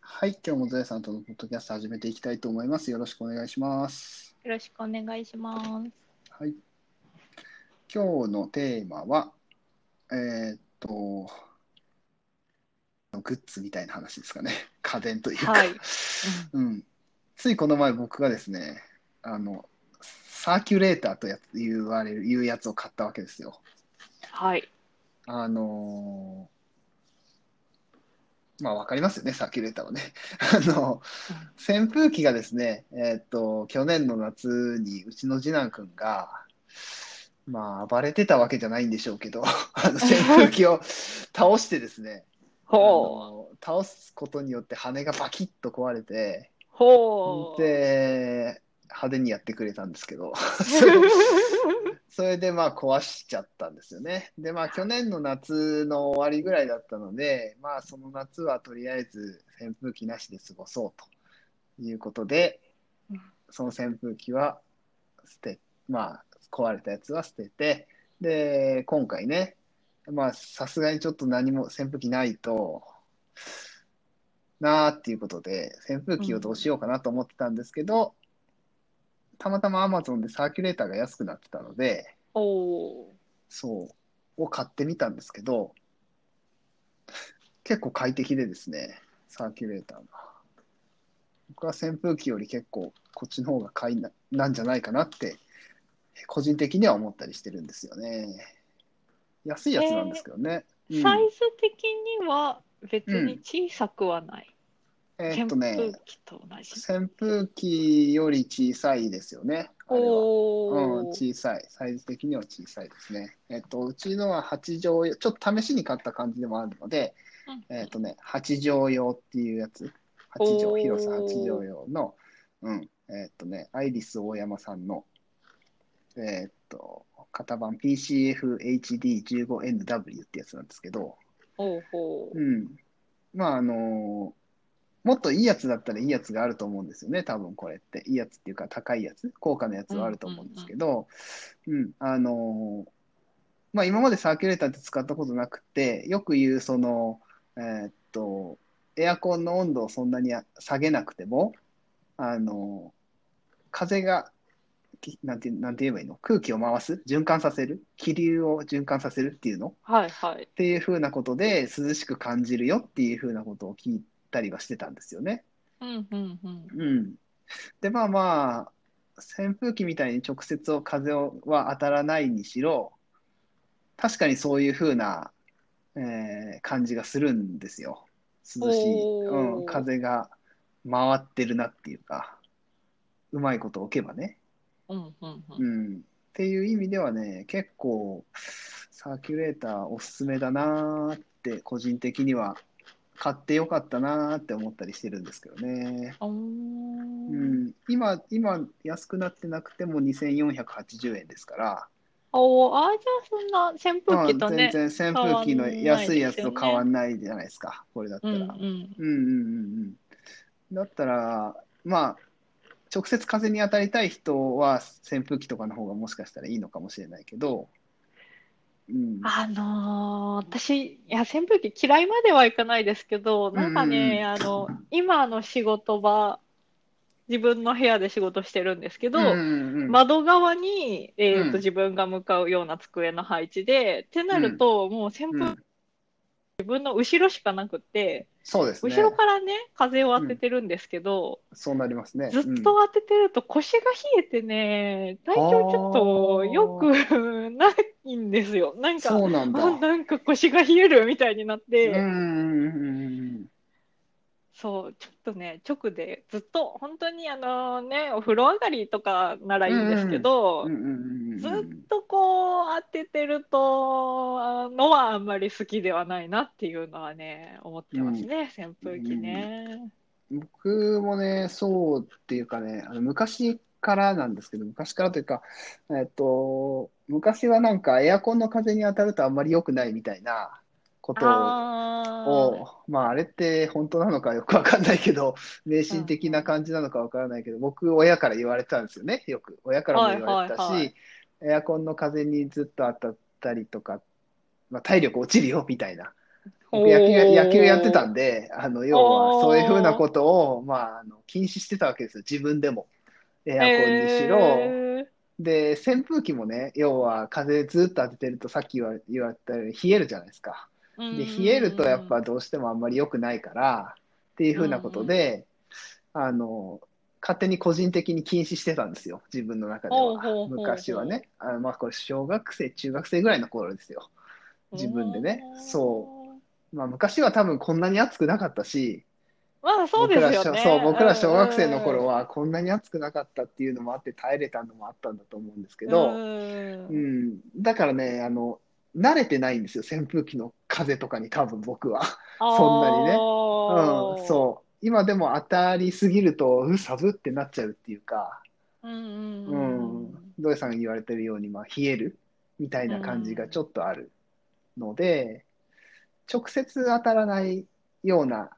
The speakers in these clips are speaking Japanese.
はい、今日もゾエさんとのポッドキャスト始めていきたいと思います。よろしくお願いします。よろしくお願いします。はい。今日のテーマは、えーっと、グッズみたいな話ですかね。 家電というか。はいうん。ついこの前僕がですね、あの、サーキュレーターとや言われる、いうやつを買ったわけですよ。はい。あのーまあ、わかりますよね、サーキュレーターはね。 あの、扇風機がですね、えーっと、去年の夏にうちの次男くんが、まあ、暴れてたわけじゃないんでしょうけど、 あの扇風機を倒してですね、ほう。あの倒すことによって羽がバキッと壊れて、ほう。 で、派手にやってくれたんですけど、それでまあ壊しちゃったんですよね。でまあ去年の夏の終わりぐらいだったので、まあその夏はとりあえず扇風機なしで過ごそうということでうん、その扇風機は捨て、まあ壊れたやつは捨てて、で、今回ね、まあさすがにちょっと何も扇風機ないと、なーっていうことで、扇風機をどうしようかなと思ってたんですけど、たまたま Amazon でサーキュレーターが安くなってたので、ほう。そう、を買ってみたんですけど、結構快適でですね、サーキュレーターが。僕は扇風機より結構こっちの方が快ななんじゃないかなって、個人的には思ったりしてるんですよね。安いやつなんですけどね。うんサイズ的には別に小さくはない。えーっ扇とね風、機と同じ。扇風機より小さいですよね。あれはうん、ほう。小さい。サイズ的には小さいですね。えっと、うちのは8畳用、ちょっと試しに買った感じでもあるので、えっとね、8畳用っていうやつ。8おー畳、広さ8畳用の、うん、えっとね、アイリス大山さんの、えっと、型番 PCFHD15NW ってやつなんですけど、ほうほうう。ん。まあ、あのもっといいやつだったらいいやつがあると思うんですよね、多分これって。いいやつっていうか、高いやつ、高価なやつはあると思うんですけど、うん、あのまあ、今までサーキュレーターって使ったことなくて、よく言う、その、えーっと、エアコンの温度をそんなに下げなくても、あの風が、きなんて、なんて言えばいいの空気を回す循環させる気流を循環させるっていうのはいはいっ。ていう風なことで涼しく感じるよっていう風なことを聞いたりはしてたんですよね。うんうんうん。うん、でまあまあ扇風機みたいに直接を風をは当たらないにしろ確かにそういう風な、えー感じがするんですよ涼しい、おーうん、風が回ってるなっていうかうまいこと置けばね。うんうんう。うんん、っていう意味ではね、結構サーキュレーターおすすめだなーって、個人的には買ってよかったなーって思ったりしてるんですけどね。おーうん、今、今安くなってなくても2480円ですから、おーあーじゃあそんな扇風機とうんね。全然扇風機の安いやつと変変わわんんないじゃないですか、これだったうんら。うん。うんうんうんうん。だったら、まあ、直接風に当たりたい人は扇風機とかの方がもしかしたらいいのかもしれないけど、うん、あのー私、いや、扇風機嫌いまではいかないですけど、なんかうんうんうね、あの、今の仕事場、自分の部屋で仕事してるんですけど、うんうんうん窓側に、えーとうん自分が向かうような机の配置で、ってなると、もう扇う風ん機、自分の後ろしかなくって、そうですね後ろからね、風を当ててるんですけど、そうなりますね。ずっうんと当ててると腰が冷えてね、体調ちょっと良く ないんですよ。なんか、そうなんだ。あなんか腰が冷えるみたいになっうて、んうんうんそう、ちょっとね、直でずっと、本当にあのね、お風呂上がりとかならいいんですけど、うんうんうんうんずっとこう当ててるとあのはあんまり好きではないなっていうのはね、思ってますね、扇風機ね。僕もね、そうっていうかね、あの昔からなんですけど、昔からというか、えっと、昔はなんかエアコンの風に当たるとあんまり良くないみたいなことをあーを、まあ、あれって本当なのかよくわかんないけ ど、迷信的な感じなのかわからないけど、僕、親から言われてたんですよね、よく。親からも言われてたはいはいはし、エアコンの風にずっと当たったりとか、まあ、体力落ちるよみたいな僕野球やおー野球やってたんで、あの要はそういうふうなことを、まあ、あの禁止してたわけですよ、自分でも。エアコンにしろ、えで、扇風機もね、要は風ずっと当ててると、さっき言われ言われたように冷えるじゃないですか。ーで、冷えるとやっぱどうしてもあんまり良くないから、っていうふうなことで、あの、勝手に個人的に禁止してたんですよ、自分の中でほうほうほうは。ほう昔はね。あのまあ、これ小学生、中学生ぐらいの頃ですよ。自分でねそうまあ、昔は多分こんなに暑くなかったし、まあそうですよ僕らね小そう僕ら小学生の頃はこんなに暑くなかったっていうのもあって耐えれたのもあったんだと思うんですけけど、うんうん、だからね、あの、慣れてないんですよ、扇風機の風とかに多分僕は。そんなにねあうーん、そう。今でも当たりすぎると、う、寒ってなっちゃうっていうか、うんううんん、土井さんが言われてるように、まあ、冷えるみたいな感じがちょっとあるので、直接当たらないような、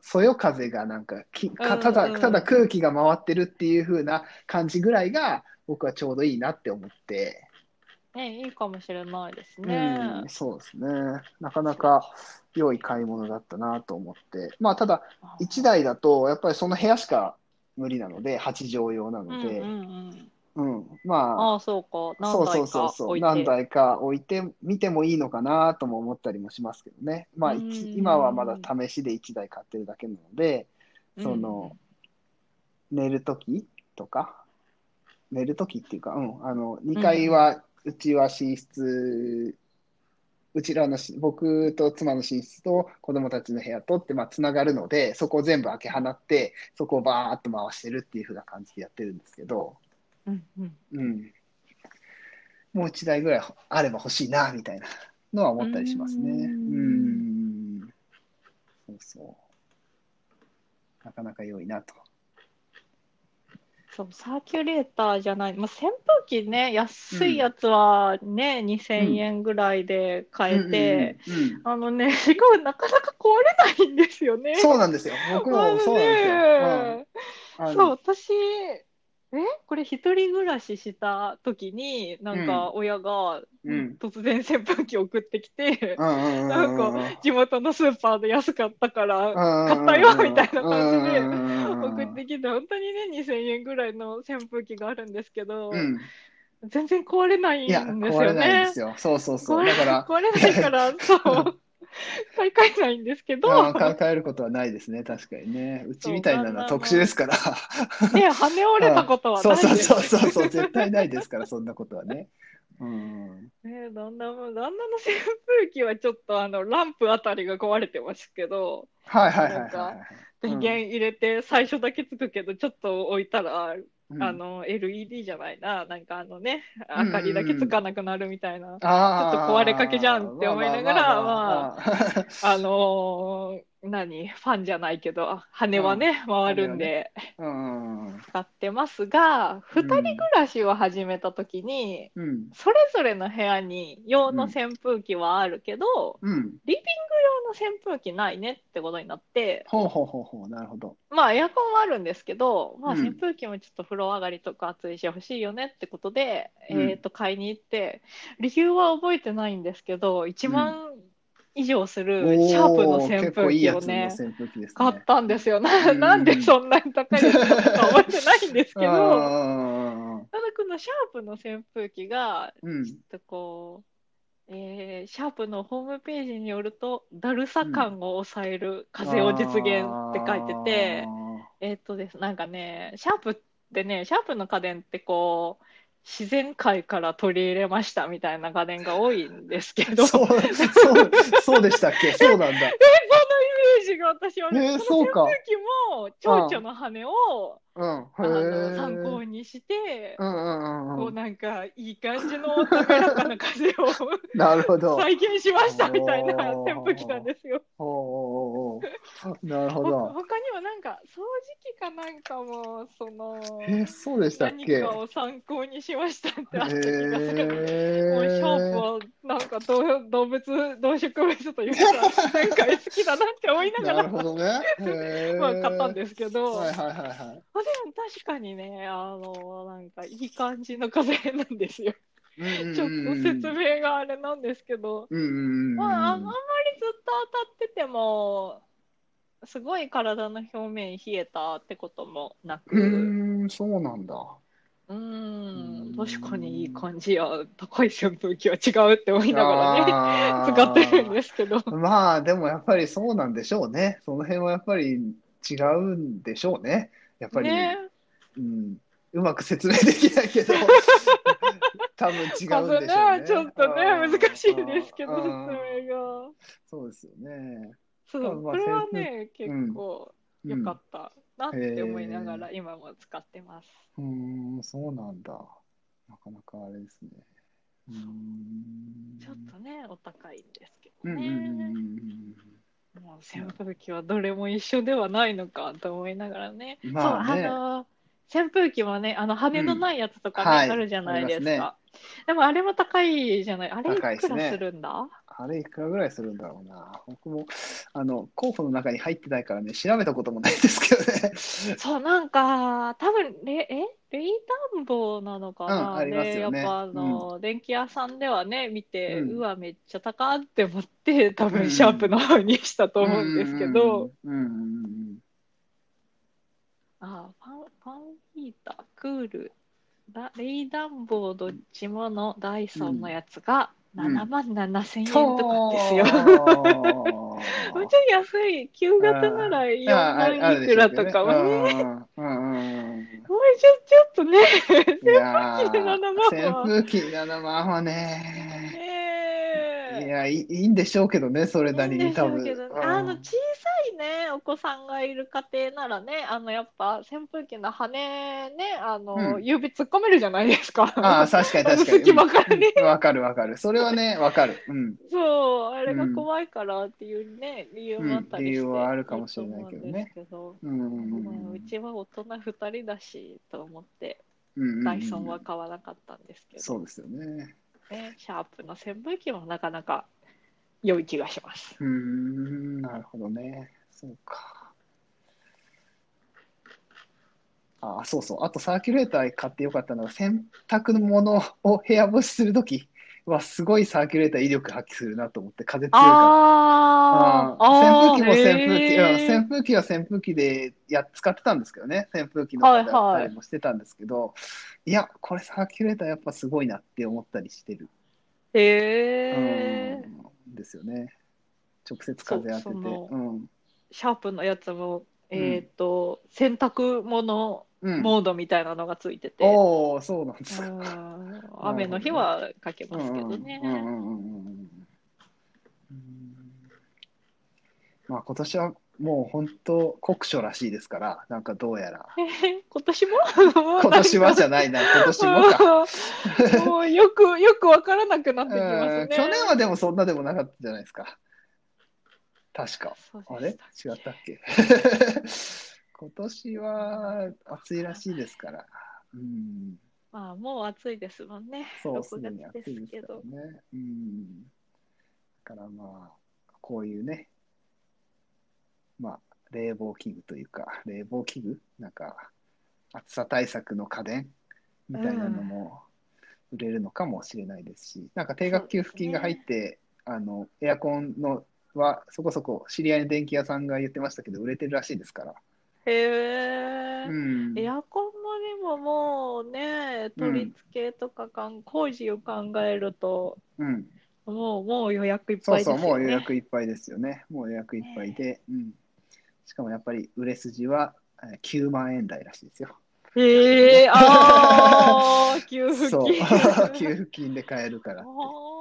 そよ風がなんかきかたうんうだ、んただ空気が回ってるっていう風な感じぐらいが、僕はちょうどいいなって思って、ねいいかもしれないですね。うん、そうですね。なかなか良い買い物だったなと思って。まあ、ただ、1台だと、やっぱりその部屋しか無理なので、8畳用なので、ううん、うんんうんまああ、あそうそか何うそう台そうかそ置う、いて何台か置いてみてもいいのかなとも思ったりもしますけどね。まあ、うん一今はまだ試しで1台買ってるだけなので、その、寝るときとか、寝るときっていうか、うん、あの、2階は、うちは寝室、うちらのし、僕と妻の寝室と子供たちの部屋とって、まあ、つながるので、そこを全部開け放って、そこをバーっと回してるっていう風な感じでやってるんですけど、うんうんうん。もう1台ぐらいあれば欲しいな、みたいなのは思ったりしますね。ううんん。そうそう。なかなか良いなと。そうサーキュレーターじゃない、まあ、扇風機ね安いやつはね、2000円ぐらいで買えて、うんうんうんうんあのね しかもなかなか壊れないんですよね。そうなんですよ。僕あのもねそうなんですよ。うんあそうの私えこれ一人暮らしした時になんか親がうん突然扇風機送ってきて、うんうんうんうんうんなん地元のスーパーで安かったから買ったよみたいな感じで送送ってきて本当にね2000円ぐらいの扇風機があるんですけど、うん、全然壊れないんいでや、すよね。壊れないんですよ。そうそうそう。壊れだから、壊れない から、そう、買い替えないんですけど、あー買い替えることはないですね、確かにね。うちみたいなのは特殊ですから。ね、羽根折れたことはそなういそうですそうそうそう、絶対ないですから、そんなことはね。うん、ね。旦那も、旦那の扇風機はちょっと、あの、ランプあたりが壊れてますけど、はいはいはいなはんいはかい。電源入れて最初だけつくけど、ちょっと置いたら、うんあの、LED じゃないな、なんかあのね、明かりだけつかなくなるみたいな。あーちょっと壊れかけじゃんって思いながら ああのー何ファンじゃないけどあ羽はね、回るんでまあまあまあまあうん使ってますが、うん2人暮らしを始めた時にうんそれぞれの部屋に用の扇風機はあるけど、うん。用の扇風機ないねってことになってほうほうほうほう、なるほど。まあエアコンはあるんですけど、まあ、うん扇風機もちょっと風呂上がりとか暑いし欲しいよねってことで、うんえー、と買いに行って理由は覚えてないんですけど1万以上するシャープのおー扇結構風いい機やをつのね扇風機ですね。買ったんですよ。なうんなんでそんなに高いのか覚えてないんですけ ど、あただこのシャープの扇風機が、ーうんちょっとこう、えーシャープのホームページによると、だるさ感を抑える風を実現って書いてて、えーっとです、なんかね、シャープってね、シャープの家電ってこう、自然界から取り入れましたみたいな家電が多いんですけあーど、そそうのイそうそうでしたっけそうなんだ。メージが私はえね、ーこのそうか扇風機も蝶々の羽を、うん。あの参考に。にして、うんうんうんこう。うんなんかいい感じの滑らかな風をなるほど。 再現しましたみたいなお扇ー風機なんですよ。おおおお。なるほほど。他にもなんか掃除機かなんかもそのえー、そうでしたっ何けかを参考にしましたってえあった気がする。もうシャープー。はなんか動動物動植物というかなんか好きだなって思いなながるらほどね。えー まあ買ったんですけど。はいはいはいはい。あでも確かにね、あの、なんかいい感じの風なんですよ。ちょっと説明があれなんですけど、うんうんうん。まあ、あんまりずっと当たってても、すごい体の表面冷えたってこともなうく、ーん、そうなんだ。ううんん、確かにいい感じや、高い扇風機は違うって思いながらね、あー使ってるんですけど。まあ、でもやっぱりそうなんでしょうね。その辺はやっぱり違うんでしょうね。やっぱり、ね、うん、うまく説明できないけ ど、多分違うんでしょまうね。ずね、ちょっとね、あー難しいですけど、あ説ー明が。そうですよね。そまあう、まあこれは扇ね、結うん構うん良かったなって思いながら、今も使ってます。うーん、そうなんだ。なかなかあれですね。うーん。ちょっとね、お高いんですけうどんうんうんうんね。もう扇風機はどれも一緒ではないのかと思いながらね。うん。そう、まああね。の、扇風機はね、あの、羽のないやつとかうんはね、いあるじゃないですありまか。でもあれも高いじゃない。あれい高いですくねらするんだあれいくらぐらいするんだろうな。僕も、あの、候補の中に入ってないからね、調べたこともないですけどね。そう、なんか、多分れ、え、冷暖房なのかうんなありますよねで、やっぱあの、電気屋さんではね、見て、うんうわ、めっちゃ高って思って、多うん分シャープの方にしたと思うんですけど、。うんうんうんあ、ファン、ファンヒーター、クール、だ、冷暖房どっちものダイソンのやつがうん7万7千うん。円とかです よ。よ。もうちょい安い、旧型なら4ああ万るでいしくょらうけどとねかはね、うんうんうんうんもうちょ、ちょっとね、いや扇風機で7万ーは扇風機7万はね。ねえいや、いいいいんでしょうけどね、それなりいいんにでし多ょう分。けどねうんあの小さいねお子さんがいる家庭ならねあのやっぱ扇風機の羽ねあの、うん指突っ込めるじゃないですかああ、確かに確かに。 隙間からねうんわかるわかる。それはね、わかる。うん。そうあれが怖いからっていうね、理由もあったりして、うん理由はあるかもしれないけどねいいと思うんうでんうんすけどうんまあうちは大人2人だしと思ってうんうんうんダイソンは買わなかったんですけど、そうですよね。ね、シャープの扇風機もなかなか良い気がします。うーん、なるほどね。そうか。あ、そうそう。あとサーキュレーター買ってよかったのが、洗濯物を部屋干しするとき は、すごいサーキュレーター威力発揮するなと思って、風強いから。あーうあん扇風機も扇風機、へうーん扇風機は扇風機でや使ってたんですけどね、扇風機の方だったりもしてたんですけど、いや、これサーキュレーターやっぱすごいなって思ったりしてる、へえ、うんですよね。直接風当てて。そううそのんシャープのやつも、えっ、と、洗濯物うん、モードみたいなのがついてて、うおお、そうなんですか。ん雨の日はかけますけどうんうんね。うんうんうんうんうんまあ今年はもう本当酷暑らしいですから、なんかどうやら。えー 今年も今年 はじゃゃないな、今年もか。か。もうよく、よくわからなくなってきますうんね。去年はでもそんなでもなかったじゃないですか。確か。あそうれで違したったっ け今年は暑いらしいですから。うん。まあ、もう暑いですもんね。そう、す6で月にで暑いすですけからど。ね。うん。だからまあ、こういうね、まあ、冷房器具というか、冷房器具なんか、暑さ対策の家電みたいなのも売れるのかもしれないですし、なんか定額給付金が入って、あの、エアコンのはそこそこ知り合いの電気屋さんが言ってましたけど、売れてるらしいですから。へえ。うん。エアコンもでももうね、取り付けとかかん、工事を考えると、うん。もうもう予約いっそぱういでそすよう、ね。もう予約いっぱいですよね。もう予約いっぱいで、うん。しかもやっぱり売れ筋はえー9万円台らしいですよ。ええああ、給付 そう。金。給付金で買えるから。あー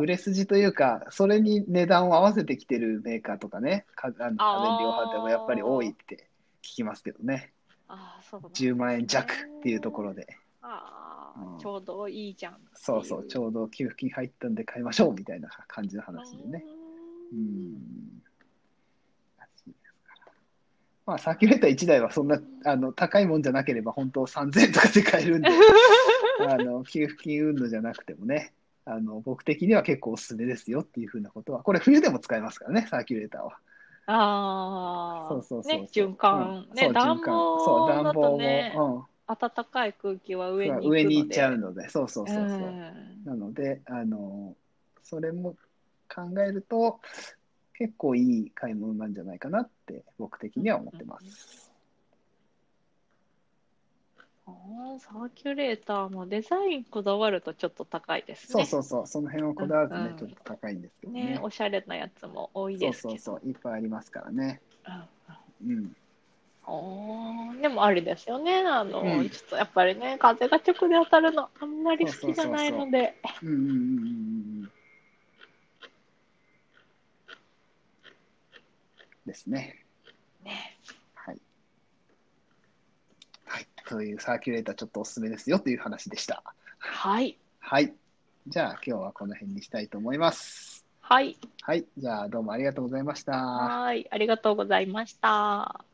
売れ筋というか、それに値段を合わせてきてるメーカーとかね、かあの家あー電量販店もやっぱり多いって聞きますけどね。あー、そうなん10万円弱っていうところで、あうんあ、ちょうどいいじゃんっていそうそう、ちょうど給付金入ったんで買いましょうみたいな感じの話でね。ううんん。らしいですからまあ、サーキュレーター1台はそんなあの高いもんじゃなければ本当3000とかで買えるんで あの給付金運動じゃなくてもねあの僕的には結構おすすめですよっていうふうなことはこれ冬でも使えますからねサーキュレーターはああ、そうそうそうそうね、循環。うんね、そう暖循環そう房だ暖と房ね、も、暖かい空気は上に行くので上に行っちゃうので、そうそうそうそう。うんなので、あのそれも考えると、結構いい買い物なんじゃないかなって、僕的には思ってます。あーサーキュレーターもデザインこだわるとちょっと高いですそうね。そうそう、その辺はこだわるとうんねう、んちょっと高いんですけどねね。おしゃれなやつも多いそでうすそけうど。そう、いっぱいありますからね。うんうん。おーでもあれですよね、あの、うんちょっとやっぱりね、風が直で当たるの、あんまり好きじゃないので、うんうんうんうんうんうん。ですね。ね、はい。はい。というサーキュレーターちょっとおすすめですよという話でした。はい、はい。じゃあ今日はこの辺にしたいと思います。はい、はい。じゃあどうもありがとうございました。はい、ありがとうございました。